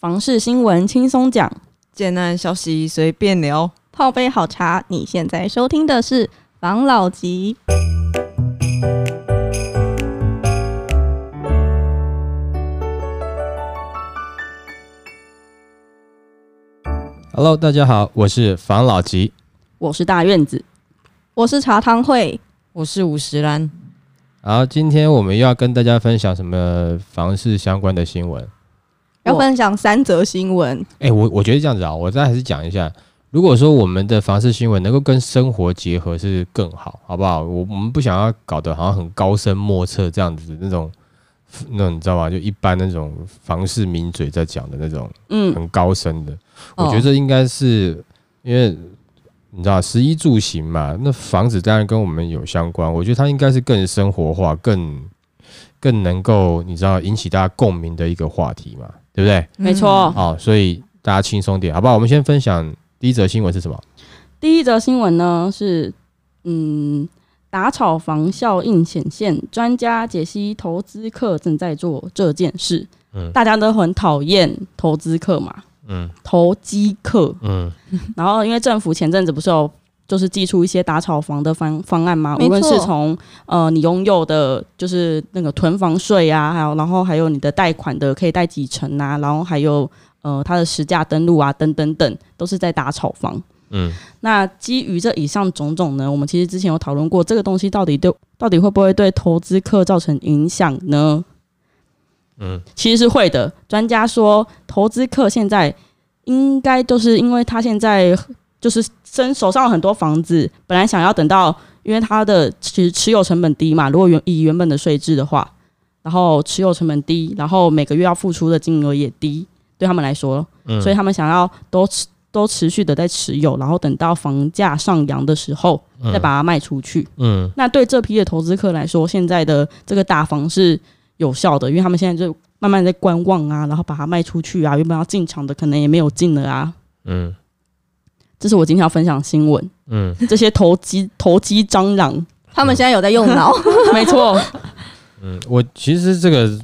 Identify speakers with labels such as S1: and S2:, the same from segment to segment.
S1: 房事新闻轻松讲，
S2: 艰难消息随便聊。
S1: 泡杯好茶。你现在收听的是房老吉。
S3: Hello，大家好，我是房老吉。
S1: 我是大院子，我是茶汤会。
S2: 我是五十岚，
S3: 然后今天我们又要跟大家分享什么房事相关的新闻？
S1: 要
S2: 我
S1: 分享三则新闻，
S3: 哎、我我觉得这样子啊，我再还是讲一下。如果说我们的房事新闻能够跟生活结合是更好，好不好？我我们不想要搞得好像很高深莫测这样子那种，那种你知道吗？就一般那种房事名嘴在讲的那种
S1: 嗯，
S3: 很高深的。我觉
S2: 哦
S3: 得这应该是因为你知道，十一住行嘛，那房子当然跟我们有相关。我觉得它应该是更生活化、更更能够你知道引起大家共鸣的一个话题嘛，对不对？
S4: 嗯
S1: 没错。
S3: 好、所以大家轻松点，好不好？我们先分享第一则新闻是什么？
S1: 第一则新闻呢是，嗯，打炒房效应显现，专家解析投资客正在做这件事。
S3: 嗯
S1: 大家都很讨厌投资客嘛，
S3: 嗯
S1: 投机客。
S3: 嗯，
S1: 然后因为政府前阵子不是有就是寄出一些打炒房的方方案吗？
S2: 没错
S1: 无论是从呃你拥有的就是那个囤房税啊，还有然后还有你的贷款的可以贷几成啊，然后还有呃它的实价登录啊等等等，都是在打炒房。
S3: 嗯，
S1: 那基于这以上种种呢，我们其实之前有讨论过，这个东西到底对到底会不会对投资客造成影响呢？
S3: 嗯，
S1: 其实是会的。专家说，投资客现在应该就是因为他现在就是身手上有很多房子，本来想要等到，因为他的持持有成本低嘛，如果原以原本的税制的话，然后持有成本低，然后每个月要付出的金额也低，对他们来说，
S3: 嗯
S1: 所以他们想要都持都持续的在持有，然后等到房价上扬的时候再把它卖出去。
S3: 嗯
S1: 那对这批的投资客来说，现在的这个打房是有效的，因为他们现在就慢慢在观望啊，然后把它卖出去啊，原本要进场的可能也没有进了啊。
S3: 嗯
S1: 这是我今天要分享的新闻，
S3: 嗯
S1: 这些投机投机蟑螂，
S4: 他们现在有在用
S2: 哦
S4: 脑，
S1: 没错，
S3: 嗯，我其实这个。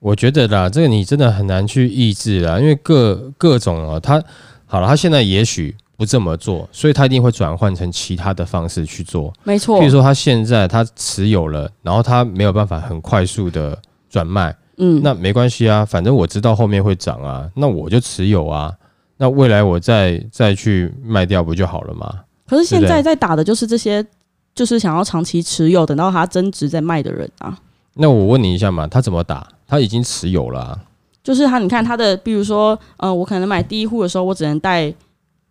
S3: 我觉得啦，这个你真的很难去抑制啦，因为各各种啊，他好了，他现在也许不这么做，所以他一定会转换成其他的方式去做。
S1: 没错
S3: 譬如，说，他现在他持有了，然后他没有办法很快速的转卖，
S1: 嗯，
S3: 那没关系啊，反正我知道后面会涨啊，那我就持有啊，那未来我再再去卖掉不就好了吗？
S1: 可是现
S3: 对
S1: 在
S3: 不对
S1: 在打的就是这些，就是想要长期持有，等到它增值再卖的人啊。
S3: 那我问你一下嘛，他怎么打？他已经持有了、啊，
S1: 就是他，你看他的，比如说，呃，我可能买第一户的时候，我只能贷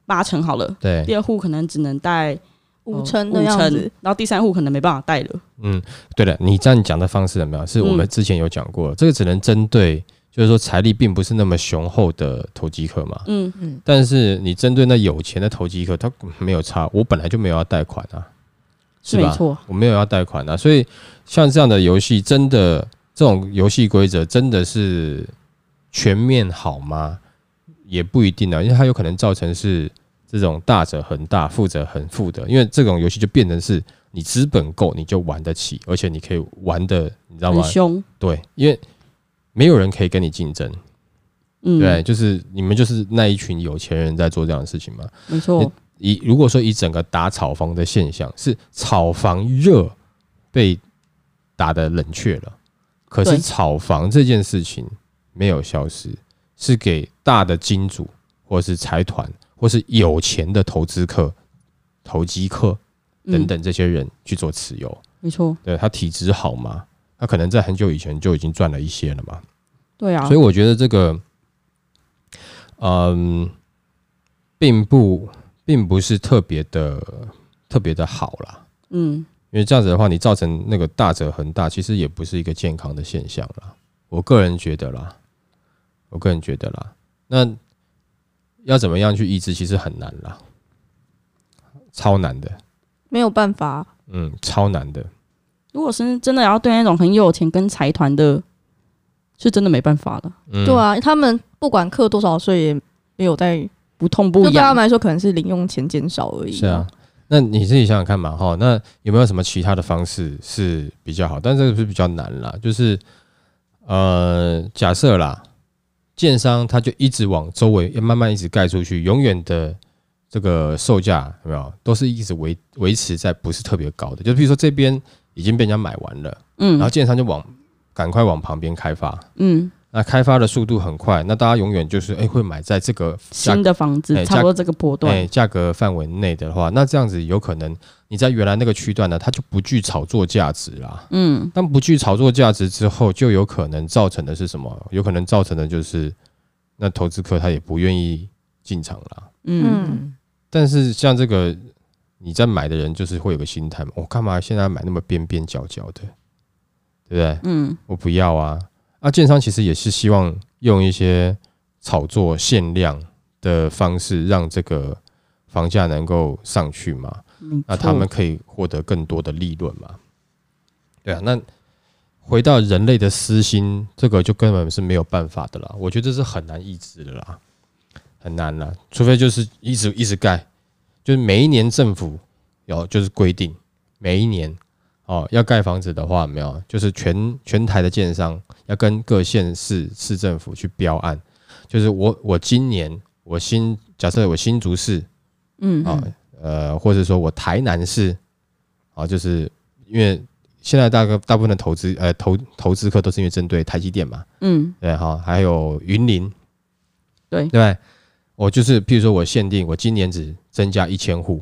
S1: 八成好了，
S3: 对，
S1: 第二户可能只能贷
S4: 五成
S1: 呃
S4: 的样
S1: 五成
S4: 子。
S1: 然后第三户可能没办法贷了。
S3: 嗯，对了，你这样讲的方式有没有？是我们
S1: 嗯
S3: 之前有讲过，这个只能针对就是说财力并不是那么雄厚的投机客嘛。
S1: 嗯，
S3: 但是你针对那有钱的投机客，他没有差，我本来就没有要贷款啊，
S1: 是
S3: 是
S1: 没
S3: 吧？
S1: 错。
S3: 我没有要贷款啊，所以像这样的游戏，真的这种游戏规则真的是全面好吗？也不一定啊，因为它有可能造成是这种大者恒大，富者恒富的，因为这种游戏就变成是你资本够，你就玩得起，而且你可以玩的，你知道
S1: 很
S3: 吗？
S1: 凶。
S3: 对，因为没有人可以跟你竞争，
S1: 嗯，
S3: 对，，就是你们就是那一群有钱人在做这样的事情嘛。
S1: 没错
S3: 你。以如果说以整个打炒房的现象，是炒房热被打的冷却了，可
S1: 对
S3: 是炒房这件事情没有消失，是给大的金主或是财团或是有钱的投资客、投机客等等这些人去做持有。
S1: 嗯，没错。
S3: 对他体质好嘛，他可能在很久以前就已经赚了一些了嘛。
S1: 对啊。
S3: 所以我觉得这个，嗯，并不并不是特别的特别的好啦，
S1: 嗯，
S3: 因为这样子的话，你造成那个大者恒大，其实也不是一个健康的现象啦。我个人觉得啦，我个人觉得啦，那要怎么样去抑制，其实很难啦，超难的，
S4: 没有办法，
S3: 嗯，超难的。
S1: 如果是真的要对那种很有钱跟财团的，是真的没办法了，
S3: 嗯、
S4: 对啊，他们不管课多少税也没有在，
S1: 不痛
S4: 就
S1: 不
S4: 对他
S1: 痒。
S4: 们来说可能是零用钱减少而已。
S3: 是啊，，那你自己想想看嘛，哈，那有没有什么其他的方式是比较好？但这个是比较难啦，就是呃，假设啦，建商他就一直往周围慢慢一直盖出去，永远的这个售价有没有都是一直维维持在不是特别高的，就比如说这边已经被人家买完了，然后
S1: 嗯
S3: 建商就往赶快往旁边开发，
S1: 嗯，
S3: 那开发的速度很快，那大家永远就是哎、会买在这个价格
S1: 新的房
S3: 哎
S1: 子差不多这个波
S3: 哎、
S1: 段，
S3: 价格范围内的话，那这样子有可能你在原来那个区段呢，它就不具炒作价值啦。
S1: 嗯
S3: 但不具炒作价值之后，就有可能造成的是什么？有可能造成的就是那投资客他也不愿意进场啦。
S2: 嗯，
S3: 但是像这个你在买的人，就是会有个心态嘛，我、干嘛现在买那么边边角角的，对不对？
S1: 嗯
S3: 我不要啊！啊，建商其实也是希望用一些炒作限量的方式，让这个房价能够上去嘛，
S1: 嗯，
S3: 啊那他们可以获得更多的利润嘛。对啊，那回到人类的私心，这个就根本是没有办法的啦。我觉得这是很难抑制的啦，很难啦，除非就是一直一直盖，就是每一年政府有就是规定，每一年哦要盖房子的话，没有就是全全台的建商要跟各县市市政府去标案，就是我我今年我新假设我新竹市
S1: 嗯
S3: 啊，呃，或者说我台南市啊，就是因为现在大概大部分的投资呃投投资客都是因为针对台积电嘛，
S1: 嗯
S3: 对哈、还有云林，
S1: 对
S3: 对不对，我就是譬如说我限定我今年只增加一千户，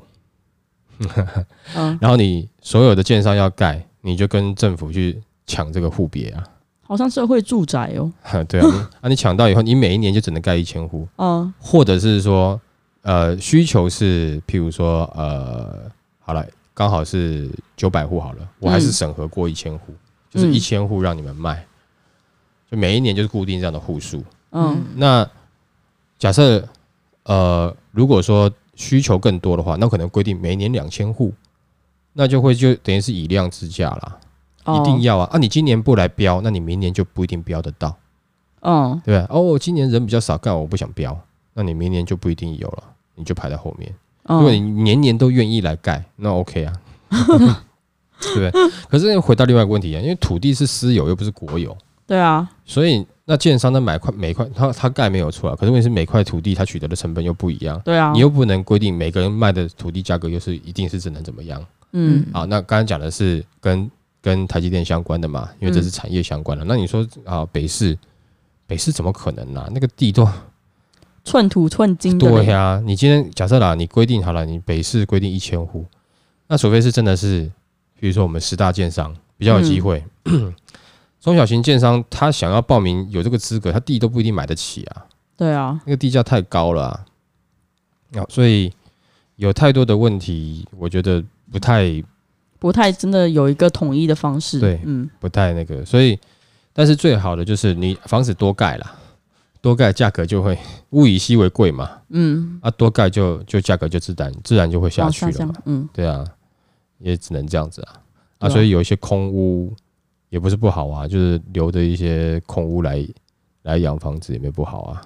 S1: 嗯，
S3: 然后你所有的建商要盖，你就跟政府去抢这个户别啊，
S1: 好像社会住宅哦，
S3: 对啊，你啊你抢到以后，你每一年就只能盖一千户，
S1: 哦
S3: 或者是说，呃，需求是，譬如说，呃，好了，刚好是九百户好了，我还是
S1: 嗯
S3: 审核过一千户，就是
S1: 嗯
S3: 一千户让你们卖，就每一年就是固定这样的户数。
S1: 嗯
S3: 那假设，呃，如果说需求更多的话，那可能规定每年两千户，那就会就等于是以量制价啦，
S1: 哦
S3: 一定要啊，啊，你今年不来标，那你明年就不一定标得到。
S1: 哦
S3: 对吧？哦，我今年人比较少，干我不想标，那你明年就不一定有了，你就排在后面。
S1: 嗯，
S3: 如果你年年都愿意来盖，那 OK 啊， 对不对？可是回到另外一个问题啊，因为土地是私有又不是国有，
S1: 对啊，
S3: 所以那建商他买块每块他他盖没有错啊，可是问题是每块土地他取得的成本又不一样，
S1: 对啊，
S3: 你又不能规定每个人卖的土地价格又是一定是只能怎么样。
S1: 嗯
S3: 好，那刚才讲的是跟跟台积电相关的嘛，因为这是产业相关的。那你说啊，北市北市怎么可能啊呢、那个地都
S1: 寸土寸金的
S3: 对
S1: 嘞，
S3: 呀、你今天假设啦，你规定好了，你北市规定一千户，那除非是真的是，比如说我们十大建商比较有机会，
S1: 嗯
S3: 中小型建商他想要报名有这个资格，他地都不一定买得起啊，
S1: 对啊，
S3: 那个地价太高了啊、啊所以有太多的问题，我觉得不太
S1: 不太真的有一个统一的方式，
S3: 对
S1: 嗯
S3: 不太那个，所以但是最好的就是你房子多盖啦，多盖价格就会物以稀为贵嘛，
S1: 嗯，
S3: 啊多盖就就价格就自然自然就会下
S1: 往
S3: 去了嘛
S1: 降，嗯
S3: 对啊，也只能这样子啊。
S1: 对
S3: 啊，
S1: 啊
S3: 所以有一些空屋也不是不好啊，就是留的一些空屋来来养房子也没不好 啊。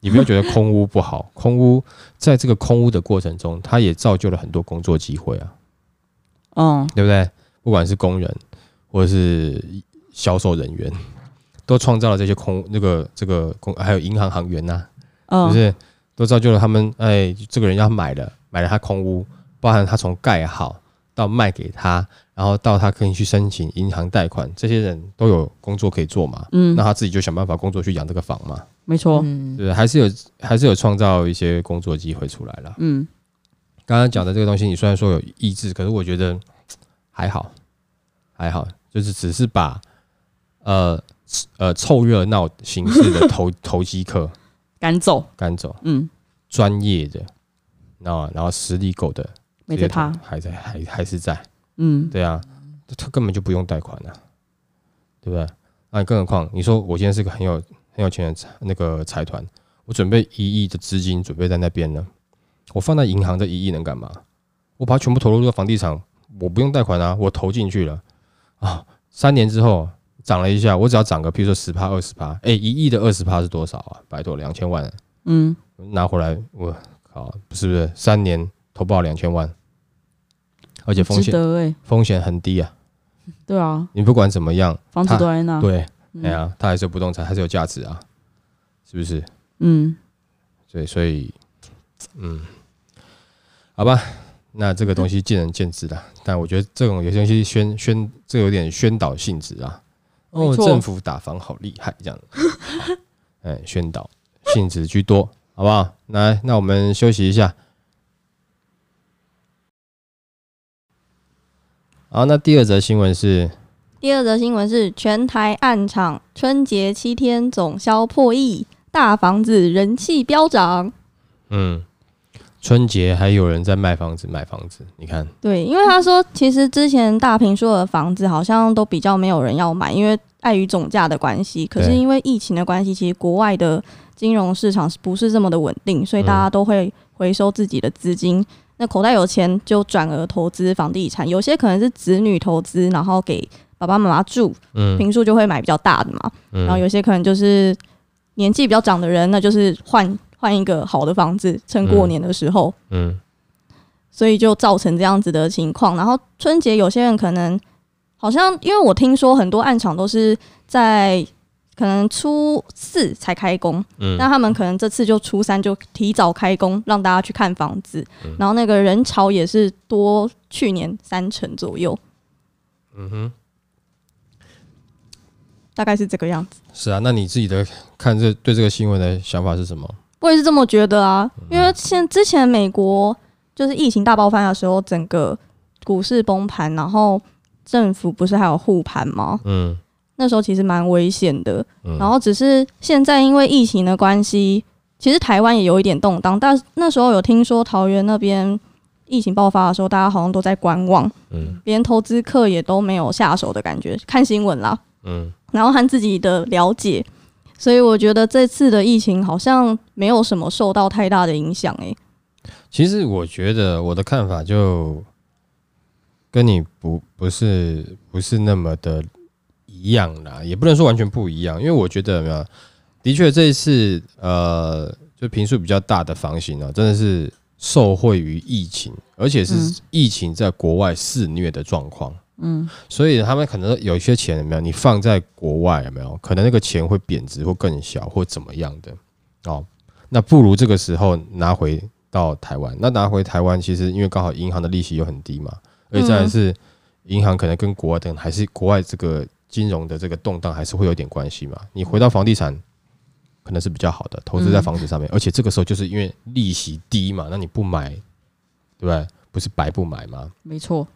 S3: 你不要觉得空屋不好，空屋在这个空屋的过程中，它也造就了很多工作机会啊，
S1: 哦
S3: 对不对？不管是工人或者是销售人员，都创造了这些空那个这个工，还有银行行员呐、
S1: 哦
S3: 啊就是都造就了他们，哎，这个人要买了，买了他空屋，包含他从盖好到卖给他，然后到他可以去申请银行贷款，这些人都有工作可以做嘛，
S1: 嗯
S3: 那，他自己就想办法工作去养这个房嘛，
S1: 没错，
S2: 嗯
S3: 对，还是有还是有创造一些工作机会出来了。
S1: 嗯
S3: 刚刚讲的这个东西，你虽然说有意志，可是我觉得还好，还好，就是只是把呃呃凑热闹形式的投投机客
S1: 赶走，
S3: 赶走。
S1: 嗯，
S3: 专业的，然后然后实力够的，
S1: 没得他，
S3: 还在还还是在，
S1: 嗯
S3: 对啊，他根本就不用贷款啊，对不对？那你更何况你说我今天是个很有很有钱的财那个财团，我准备一亿的资金准备在那边呢，我放在银行这一亿能干嘛？我把它全部投入到房地产，我不用贷款啊，我投进去了啊，三年之后涨了一下，我只要涨个，譬如说十趴二十趴，哎，一亿的二十趴是多少啊？拜托，两千万、
S1: 嗯，
S3: 拿回来，我靠，不是不是，三年投保两千万，而且风
S1: 值
S3: 险
S1: 得哎，
S3: 风险很低啊。
S1: 对啊，
S3: 你不管怎么样，
S1: 房子
S3: 他
S1: 都在那，
S3: 啊对，
S1: 嗯
S3: 哎呀，它还是有不动产，还是有价值啊，是是不是？
S1: 嗯，
S3: 对，所以，嗯，好吧，那这个东西见仁见智啦。但我觉得这种有些东西宣宣，这有点宣导性质啊。哦，
S2: 嗯
S1: 没错
S3: 政府打房好厉害，这样。 哎，宣导性质居多，好不好？来，那我们休息一下。好，那第二则新闻是，
S4: 第二则新闻是全台暗场春节七天总销破亿，大房子人气飙涨。
S3: 嗯，春节还有人在卖房子，买房子，你看，
S4: 对，因为他说，其实之前大平说的房子好像都比较没有人要买，因为碍于总价的关系。可是
S3: 对
S4: 因为疫情的关系，其实国外的金融市场是不是这么的稳定，所以
S3: 嗯
S4: 大家都会回收自己的资金。那口袋有钱就转而投资房地产，有些可能是子女投资，然后给爸爸妈妈住，
S3: 嗯，
S4: 平数就会买比较大的嘛。
S3: 嗯
S4: 然后有些可能就是年纪比较长的人，那就是换换一个好的房子，趁过年的时候，
S3: 嗯
S4: 所以就造成这样子的情况。然后春节有些人可能好像，因为我听说很多暗场都是在可能初四才开工，
S3: 嗯，
S4: 那他们可能这次就初三就提早开工，让大家去看房子，然后那个人潮也是多去年三成左右，
S3: 嗯哼。
S4: 大概是这个样子。
S3: 是啊，那你自己的看这对这个新闻的想法是什么？
S4: 我也是这么觉得啊，因为现之前美国就是疫情大爆发的时候，整个股市崩盘，然后政府不是还有护盘吗？
S3: 嗯，
S4: 那时候其实蛮危险的。
S3: 嗯
S4: 然后只是现在因为疫情的关系，其实台湾也有一点动荡，但是那时候有听说桃园那边疫情爆发的时候，大家好像都在观望，
S3: 嗯
S4: 连投资客也都没有下手的感觉，看新闻啦。
S3: 嗯
S4: 然后和自己的了解，所以我觉得这次的疫情好像没有什么受到太大的影响欸诶、
S3: 其实我觉得我的看法就跟你不不是不是那么的一样啦，也不能说完全不一样，因为我觉得有没有，的确这一次呃，就平数比较大的房型啊，真的是受惠于疫情，而且是
S1: 嗯
S3: 疫情在国外肆虐的状况。
S1: 嗯，
S3: 所以他们可能有一些钱有没有？你放在国外有没有？可能那个钱会贬值或更小或怎么样的哦。那不如这个时候拿回到台湾。那拿回台湾，其实因为刚好银行的利息又很低嘛，而且再来是银行可能跟国外等还是国外这个金融的这个动荡还是会有点关系嘛。你回到房地产可能是比较好的，投资在房子上面，而且这个时候就是因为利息低嘛，那你不买，对不对？不是白不买吗？
S1: 没错，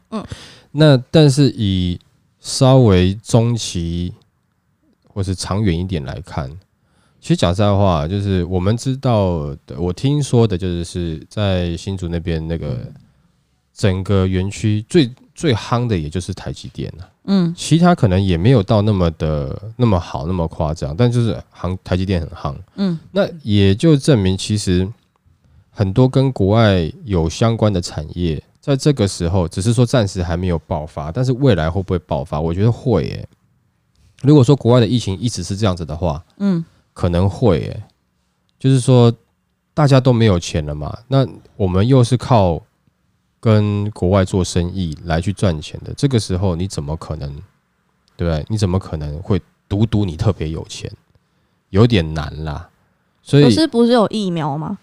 S3: 那但是以稍微中期或是长远一点来看，其实讲实在话，就是我们知道的，我听说的就是是在新竹那边那个
S1: 嗯
S3: 整个园区最最夯的，也就是台积电了、啊
S1: 嗯
S3: 其他可能也没有到那么的那么好，那么夸张，但就是行台积电很夯，
S1: 嗯，
S3: 那也就证明其实很多跟国外有相关的产业，在这个时候只是说暂时还没有爆发，但是未来会不会爆发？我觉得会耶、如果说国外的疫情一直是这样子的话，
S1: 嗯，
S3: 可能会耶、就是说大家都没有钱了嘛，那我们又是靠跟国外做生意来去赚钱的，这个时候你怎么可能，对不对？你怎么可能会独独你特别有钱？有点难啦，所
S4: 可
S3: 以
S4: 是不是有疫苗吗？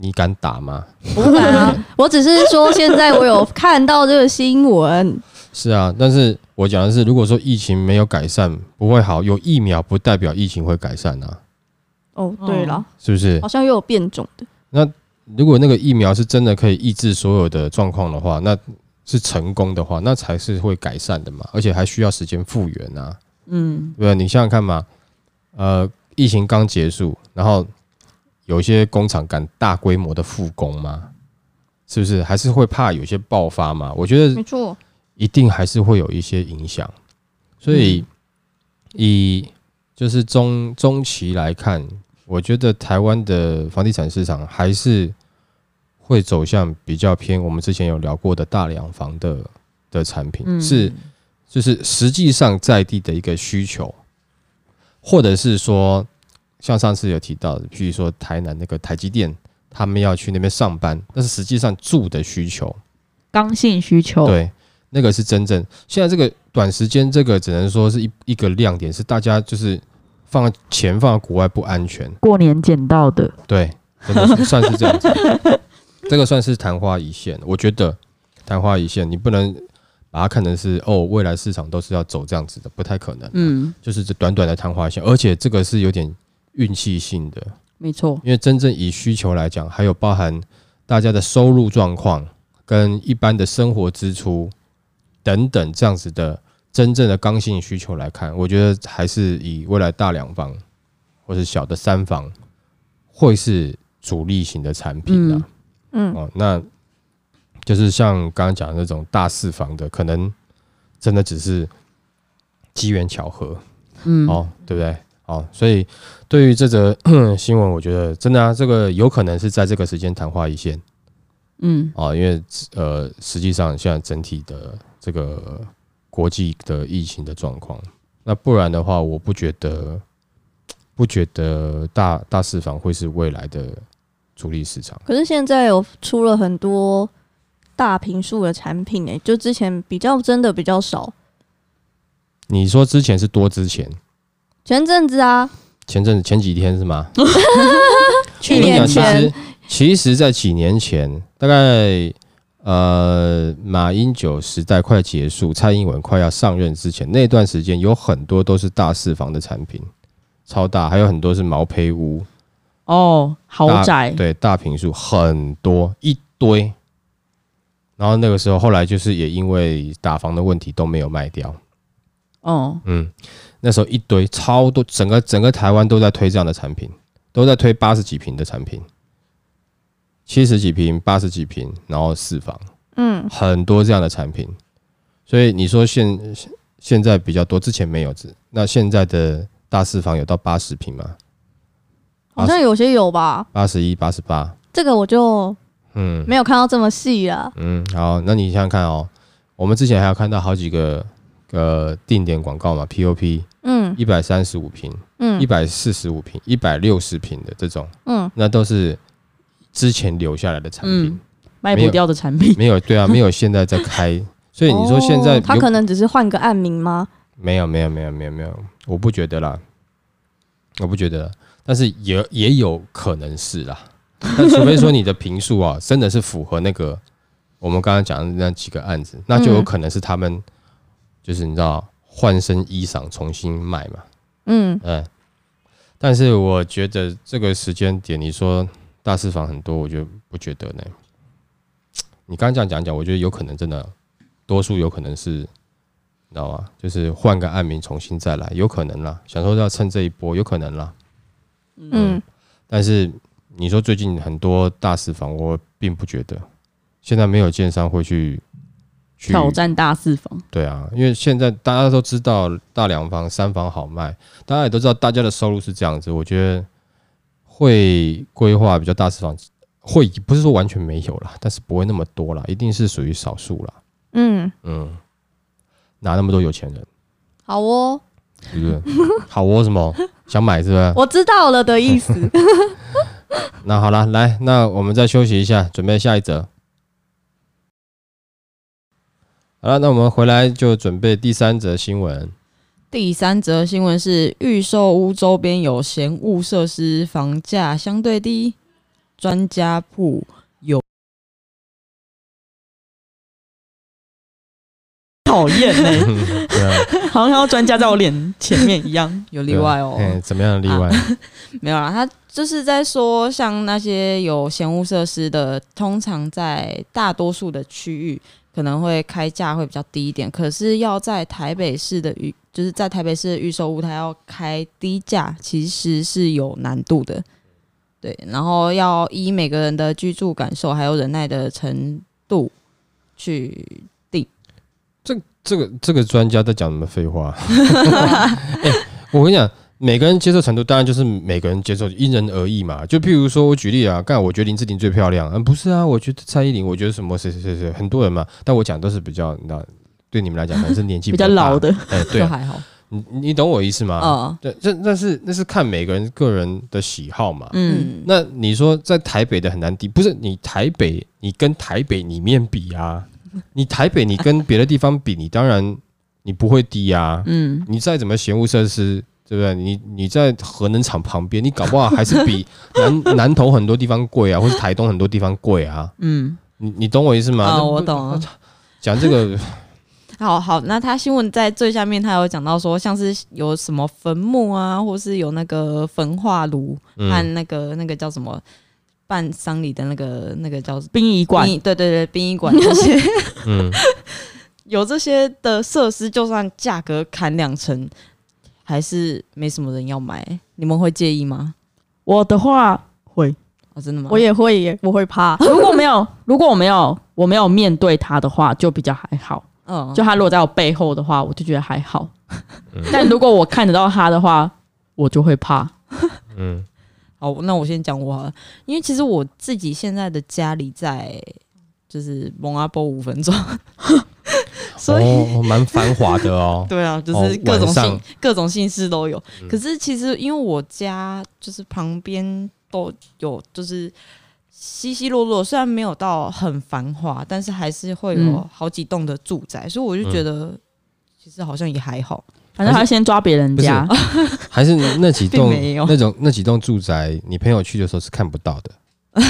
S3: 你敢打吗？
S4: 不敢啊，我只是说现在我有看到这个新闻，
S3: 是啊，但是我讲的是，如果说疫情没有改善，不会好，有疫苗不代表疫情会改善啊，
S4: 哦，对了，
S3: 是不是
S4: 好？像又有变种的，
S3: 如果那个疫苗是真的可以抑制所有的状况的话，那是成功的话，那才是会改善的嘛，而且还需要时间复原啊，
S1: 嗯
S3: 对不对？你想想看嘛，呃，疫情刚结束，然后有一些工厂敢大规模的复工吗？是不是还是会怕有些爆发嘛？我觉得
S4: 没错，
S3: 一定还是会有一些影响。所
S5: 嗯
S3: 以以就是中中期来看，我觉得台湾的房地产市场还是会走向比较偏我们之前有聊过的大两房的的产品，
S1: 嗯
S3: 是就是实际上在地的一个需求，或者是说像上次有提到的，譬如说台南那个台积电，他们要去那边上班，但是实际上住的需求，
S5: 刚性需求，
S3: 对，那个是真正现在这个短时间，这个只能说是一一个亮点，是大家就是放钱放在国外不安全，
S5: 过年捡到的，
S3: 对，真的是算是这样子，这个算是昙花一现，我觉得昙花一现，你不能把它看成是哦，未来市场都是要走这样子的，不太可能，
S1: 嗯，
S3: 就是这短短的昙花一现，而且这个是有点运气性的，
S1: 没错，
S3: 因为真正以需求来讲，还有包含大家的收入状况跟一般的生活支出等等这样子的真正的刚性需求来看，我觉得还是以未来大两房或是小的三房会是主力型的产品啊。
S4: 嗯，
S3: 哦，那就是像刚刚讲的那种大四房的，可能真的只是机缘巧合。
S5: 嗯，
S3: 哦，对不对？哦，所以对于这则 新闻，我觉得真的啊，这个有可能是在这个时间昙花一现
S1: 嗯，
S3: 啊、哦，因为呃，实际上现在整体的这个国际的疫情的状况，那不然的话，我不觉得不觉得大大市房会是未来的主力市场。
S4: 可是现在有出了很多大平数的产品、欸，就之前比较真的比较少。
S3: 你说之前是多之前，
S4: 前阵子啊，
S3: 前阵子前几天是吗？
S4: 去
S3: 我跟你讲，
S4: 年
S3: 其
S4: 前
S3: 实其实，在几年前，大概呃马英九时代快结束，蔡英文快要上任之前那段时间，有很多都是大四房的产品，超大，还有很多是毛坯屋、
S1: 哦，豪
S3: 大
S1: 宅，
S3: 啊对大平数很多一堆。然后那个时候，后来就是也因为打房的问题都没有卖掉，
S1: 哦，
S3: 嗯，那时候一堆超多，整个整个台湾都在推这样的产品，都在推八十几平的产品，七十几平、八十几平，然后四房，
S4: 嗯，
S3: 很多这样的产品。所以你说现现现在比较多，之前没有，只那现在的大四房有到八十平吗？啊
S4: 好像有些有吧，
S3: 八十一、八十八，
S4: 这个我就
S3: 嗯
S4: 没有看到这么细啊。
S3: 嗯，好，那你想想看哦，我们之前还有看到好几个呃定点广告嘛，POP
S4: 嗯
S3: 一百三十五平、一
S4: 嗯
S3: 百四十五平、一百六十平的这种。
S4: 嗯，
S3: 那都是之前留下来的产品
S1: 嗯，卖
S3: 没
S1: 不
S3: 有
S1: 掉的产品，
S3: 没有对啊，没有现在在 开，所以你说现在
S4: 哦他
S3: 有
S4: 可能只是换个案名吗？
S3: 没有没有没有没有没有，我不觉得啦，我不觉得啦，但是也也有可能是啦，但除非说你的评述啊，真的是符合那个我们刚刚讲的那几个案子，那就
S4: 嗯
S3: 有可能是他们、就是你知道换身衣裳重新卖嘛，
S4: 嗯，
S3: 嗯，但是我觉得这个时间点，你说大市房很多，我就不觉得呢。你刚刚这样讲讲，我觉得有可能真的，多数有可能是，你知道吗？就是换个案名重新再来，有可能啦。想说要趁这一波，有可能啦。
S4: 嗯，
S3: 但是你说最近很多大市房，我并不觉得，现在没有建商会去去
S1: 挑战大四房，
S3: 对啊，因为现在大家都知道大两房、三房好卖，大家也都知道大家的收入是这样子。我觉得会规划比较大市场，会不是说完全没有啦，但是不会那么多啦，一定是属于少数啦。
S4: 嗯，
S3: 嗯，哪那么多有钱人，
S4: 好哦，
S3: 是 不是？好窝什么想买是不是？
S4: 我知道了 的意思。
S3: 那好啦，来，那我们再休息一下，准备下一则。好了，那我们回来就准备第三则新闻。
S2: 第三则新闻是预售屋周边有闲物设施房价相对低，专家铺
S1: 讨厌呢，
S3: 对啊，
S1: 好像要专家在我脸前面一样，
S2: 有例外哦，
S3: 嗯，怎么样的例外？
S1: 啊
S2: 没有啦，他就是在说，像那些有闲物设施的，通常在大多数的区域可能会开价会比较低一点，可是要在台北市的预，就是在台北市的预售屋，它要开低价，其实是有难度的。对，然后要依每个人的居住感受还有忍耐的程度去，
S3: 这个这个专家在讲什么废 话？ 哎我跟你讲，每个人接受程度当然就是每个人接受，因人而异嘛。就譬如说，我举例啊，干，我觉得林志玲最漂亮，嗯，不是啊，我觉得蔡依林，我觉得什么谁谁谁谁，很多人嘛。但我讲都是比较，你知道，对你们来讲可能是年纪
S1: 比较
S3: 较大
S1: 老，的，哦
S3: 哎，对
S2: 就
S3: 啊，
S2: 还好。
S3: 你你懂我意思吗？
S2: 嗯
S3: 对，这那是那是看每个人个人的喜好嘛。
S1: 嗯，
S2: 嗯，
S3: 那你说在台北的很难低，不是你台北，你跟台北里面 比啊，你台北你跟别的地方比，你当然你不会低啊。
S1: 嗯，
S3: 你再怎么闲物设施，对不对？你你在核能厂旁边，你搞不好还是 比南南投很多地方贵啊，或是台东很多地方贵啊。
S2: 嗯，
S3: 你你懂我意思吗？
S2: 啊、
S3: 那不
S2: 我懂了。
S3: 讲这个，
S2: 好好，那他新闻在最下面，他有讲到说，像是有什么坟墓啊，或是有那个焚化炉
S3: 嗯，
S2: 和那个那个叫什么办丧礼的那个那个叫
S1: 殡仪馆
S2: 殡仪对对对，殡仪馆这些
S3: 嗯，
S2: 有这些的设施，就算价格砍两成，还是没什么人要买。你们会介意吗？
S1: 我的话会，
S2: 哦，真的吗？
S4: 我也会耶，我会怕。
S1: 如果没有， 如果我没有我没有面对他的话，就比较还好。
S4: 哦
S2: 嗯，
S1: 就他如果在我背后的话，我就觉得还好。 但如果我看得到他的话，我就会怕。
S3: 嗯，
S2: 好，那我先讲我好了，因为其实我自己现在的家里在就是蒙阿波五分钟， 所以、
S3: 哦，蛮繁华的
S2: 。
S3: 哦
S2: 对啊，就
S3: 哦
S2: 是各种
S3: 晚
S2: 姓、
S3: 上嗯
S2: 各种姓氏都有。可是其实因为我家就是旁边都有，就是稀稀落落，虽然没有到很繁华，但是还是会有
S1: 嗯
S2: 好几栋的住宅，所以我
S3: 嗯
S2: 就觉得其实好像也还好。
S1: 反正他先抓别人家，
S3: 还是那几栋
S2: 并没有
S3: 那种那几栋住宅，你朋友去的时候是看不到的。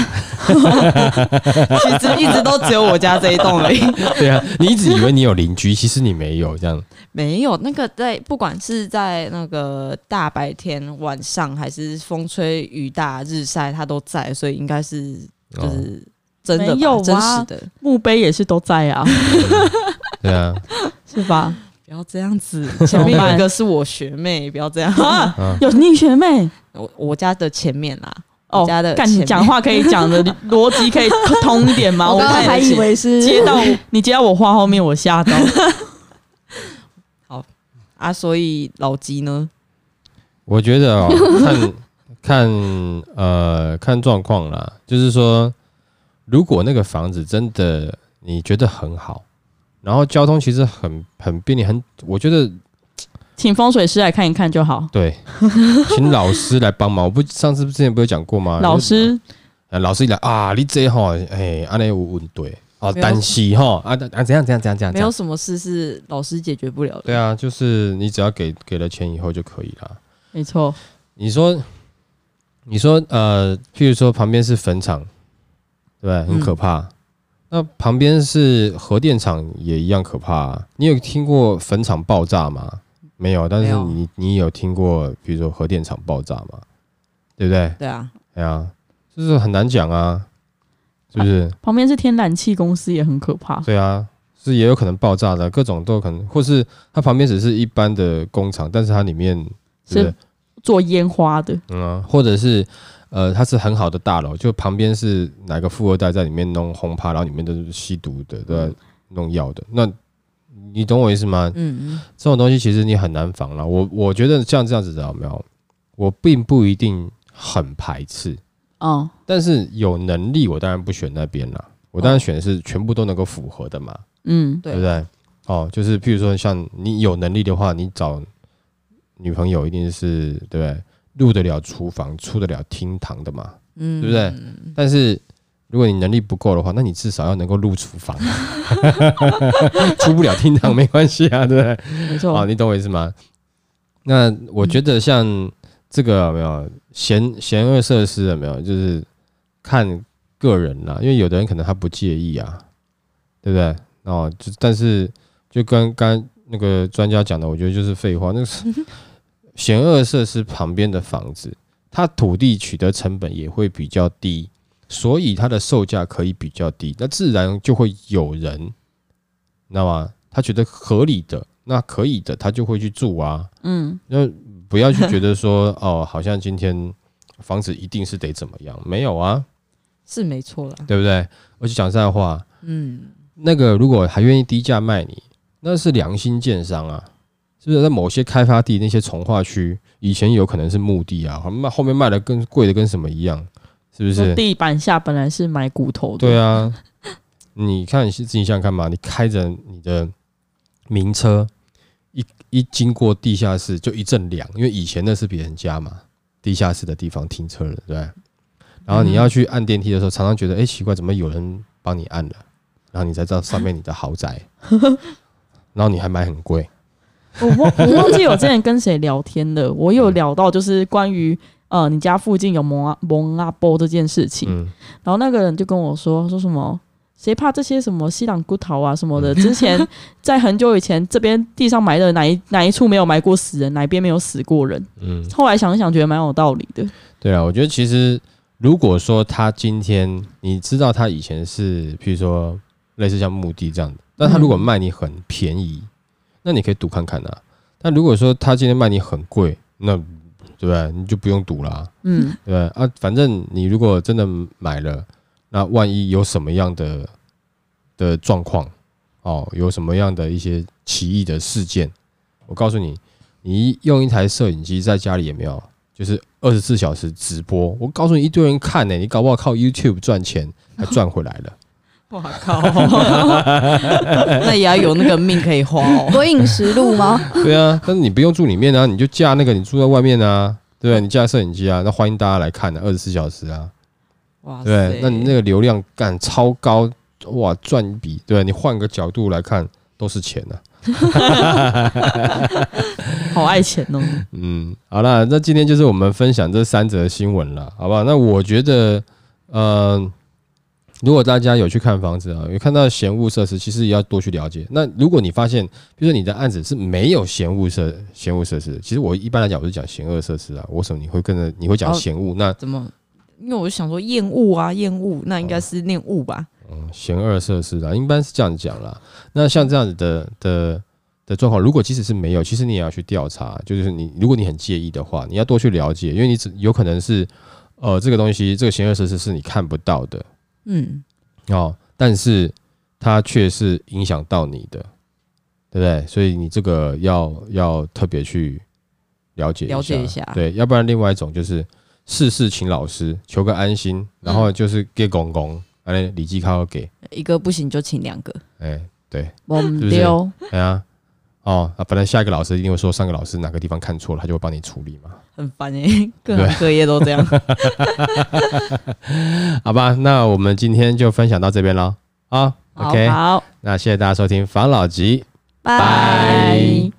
S2: 其实一直都只有我家这一栋而已。
S3: 对啊，你一直以为你有邻居，其实你没有这样。
S2: 没有，那个在不管是在那个大白天、晚上，还是风吹雨打、日晒，它都在，所以应该是就
S3: 哦，
S2: 是真的吧、
S1: 没有啊
S2: 真实的。
S1: 墓碑也是都在 啊，
S3: 对啊，
S1: 是吧？
S2: 不要这样 子，前面有一个是我学妹，不要这样。
S1: 有逆学妹
S2: 我我家的前面啊啦，
S1: 哦
S2: 我家的，
S1: 干
S2: 前
S1: 你
S2: 面
S1: 讲话可以讲 的逻辑可以通一点吗？
S4: 我
S1: 我
S4: 刚刚
S1: 看
S4: 还以为是
S1: 接到你接到我话后面，我吓 到。
S2: 啊，所以老吉呢，
S3: 我觉得 哦，看看呃看状况啦，就是说，如果那个房子真的你觉得很好，然后交通其实很很便利，很我觉得
S1: 请风水师来看一看就好。
S3: 对，请老师来帮忙。我不上次之前不是讲过吗？
S1: 老师，
S3: 呃，老师一来啊，你这吼，哎、安尼有问题哦，
S2: 没有
S3: 担心吼啊啊怎样怎样怎样怎样，
S2: 没有什么事是老师解决不了的。
S3: 对啊，就是你只要给给了钱以后就可以了。
S1: 没错，
S3: 你说，你说，呃，譬如说旁边是坟场，对不
S2: 嗯
S3: 对？很可怕。那旁边是核电厂，也一样可怕、啊。你有听过坟场爆炸吗？没有，但
S2: 没
S3: 是
S2: 有
S3: 你你有听过，比如说核电厂爆炸吗？对不对？
S2: 对啊，
S3: 哎呀、就是很难讲啊，是不是？
S1: 旁边是天然气公司，也很可怕。
S3: 对啊，是也有可能爆炸的，各种都有可能，或是它旁边只是一般的工厂，但是它里面对不对
S1: 是做烟花的，
S3: 嗯啊、或者是呃，它是很好的大楼，就旁边是哪个富二代在里面弄轰趴，然后里面都是吸毒的，都在弄药的。那你懂我意思吗？
S2: 嗯嗯，
S3: 这种东西其实你很难防了。我我觉得像这样子的有没有？我并不一定很排斥，
S6: 哦
S1: 嗯，
S3: 但是有能力我当然不选那边啦，我当然选的是全部都能够符合的嘛，
S1: 嗯，
S2: 对
S3: 对不对？哦，就是譬如说像你有能力的话，你找女朋友一定是对不对？入得了厨房，出得了厅堂的嘛，
S2: 嗯，
S3: 对不对？但是如果你能力不够的话，那你至少要能够入厨房，啊 出不了厅堂没关系啊，对不对？
S1: 没
S3: 啊，
S1: 错，
S3: 你懂我意思吗？那我觉得像这个有没有嫌嫌恶设施有没有，就是看个人啦，因为有的人可能他不介意啊，对不对？哦，就但是就跟刚那个专家讲的，我觉得就是废话。 那个是险恶设施旁边的房子，它土地取得成本也会比较低，所以它的售价可以比较低，那自然就会有人，你知道吗？他觉得合理的，那可以的，他就会去住啊。
S1: 嗯，
S3: 那不要去觉得说 哦，好像今天房子一定是得怎么样，没有啊，
S2: 是没错啦。
S3: 对不对？而且讲实在话，
S2: 嗯，
S3: 那个如果还愿意低价卖你，那是良心建商啊，是不是？在某些开发地那些从化区，以前有可能是墓地啊，后面后面卖的跟贵的跟什么一样，是不
S1: 说
S3: 是？
S1: 地板下本来是埋骨头的，
S3: 对，啊，你看你自己想想看嘛，你开着你的名车，一一经过地下室就一阵凉，因为以前那是别人家嘛，地下室的地方停车了，对不对。然后你要去按电梯的时候，常常觉得哎、诶奇怪，怎么有人帮你按了？然后你才知道上面你的豪宅，然后你还买很贵，
S6: 我忘我忘记我之前跟谁聊天 了，我有聊到就是关于呃你家附近有蒙阿蒙阿波这件事情，
S3: 嗯，
S6: 然后那个人就跟我说说什么。谁怕这些什么西朗骨头啊什么的？之 前在很久以前，这边地上埋的哪一哪一处没有埋过死人，哪一边没有死过人？
S3: 嗯，
S6: 后来想一想，觉得蛮有道理的。
S3: 对啊，我觉得其实如果说他今天你知道他以前是，譬如说类似像墓地这样的，那他如果卖你很便宜，那你可以赌看看啊。但如果说他今天卖你很贵，那对不对？你就不用赌啦、
S6: 嗯，
S3: 对不对啊，反正你如果真的买了，那万一有什么样的的状况哦，有什么样的一些奇异的事件，我告诉你，你用一台摄影机在家里也没有，就是二十四小时直播，我告诉你一堆人看欸呢、你搞不好靠 YouTube 赚钱还赚回来了。
S6: 我 靠，
S2: 那也要有那个命可以花哦。
S4: 有饮食录吗？
S3: 对啊，但是你不用住里面啊，你就架那个你住在外面啊，对不对？你架摄影机啊，那欢迎大家来看的、啊，二十四小时啊。
S2: 哇
S3: 对，那你那个流量干超高，哇，赚一笔，对你换个角度来看都是钱啊呐、
S6: 好爱钱哦！
S3: 嗯，好啦，那今天就是我们分享这三则新闻了，好不好？那我觉得，呃，如果大家有去看房子啊，有看到嫌恶设施，其实也要多去了解。那如果你发现，比如说你的案子是没有嫌恶设嫌恶设施，其实我一般来讲我是讲嫌恶设施啊，为什么你会跟着你会讲
S2: 哦
S3: 嫌恶？那
S2: 怎么？因为我想说厌恶啊，厌恶，那应该是念恶吧？
S3: 嫌恶设施啦，一般是这样讲啦。那像这样子的的的状况，如果即使是没有，其实你也要去调查，就是你如果你很介意的话，你要多去了解，因为你只有可能是呃这个东西这个嫌恶设施是你看不到的
S2: 嗯，
S3: 哦，但是它却是影响到你的，对不对？所以你这个要要特别去了解
S2: 了解一下
S3: 对，要不然另外一种就是事事请老师，求个安心，然
S2: 嗯
S3: 后就是给公公，哎、礼记靠给，
S2: 一个不行就请两个。
S3: 哎、对。
S6: 我们
S3: 是
S6: 丢，
S3: 哎呀，哦，啊，反正下一个老师一定会说上个老师哪个地方看错了，他就会帮你处理嘛，
S2: 很烦哎、各行各业都这 样。
S3: 好吧？那我们今天就分享到这边喽，啊
S6: 好
S3: ，OK，
S6: 好，
S3: 那谢谢大家收听房老吉，
S4: 拜。
S6: 拜。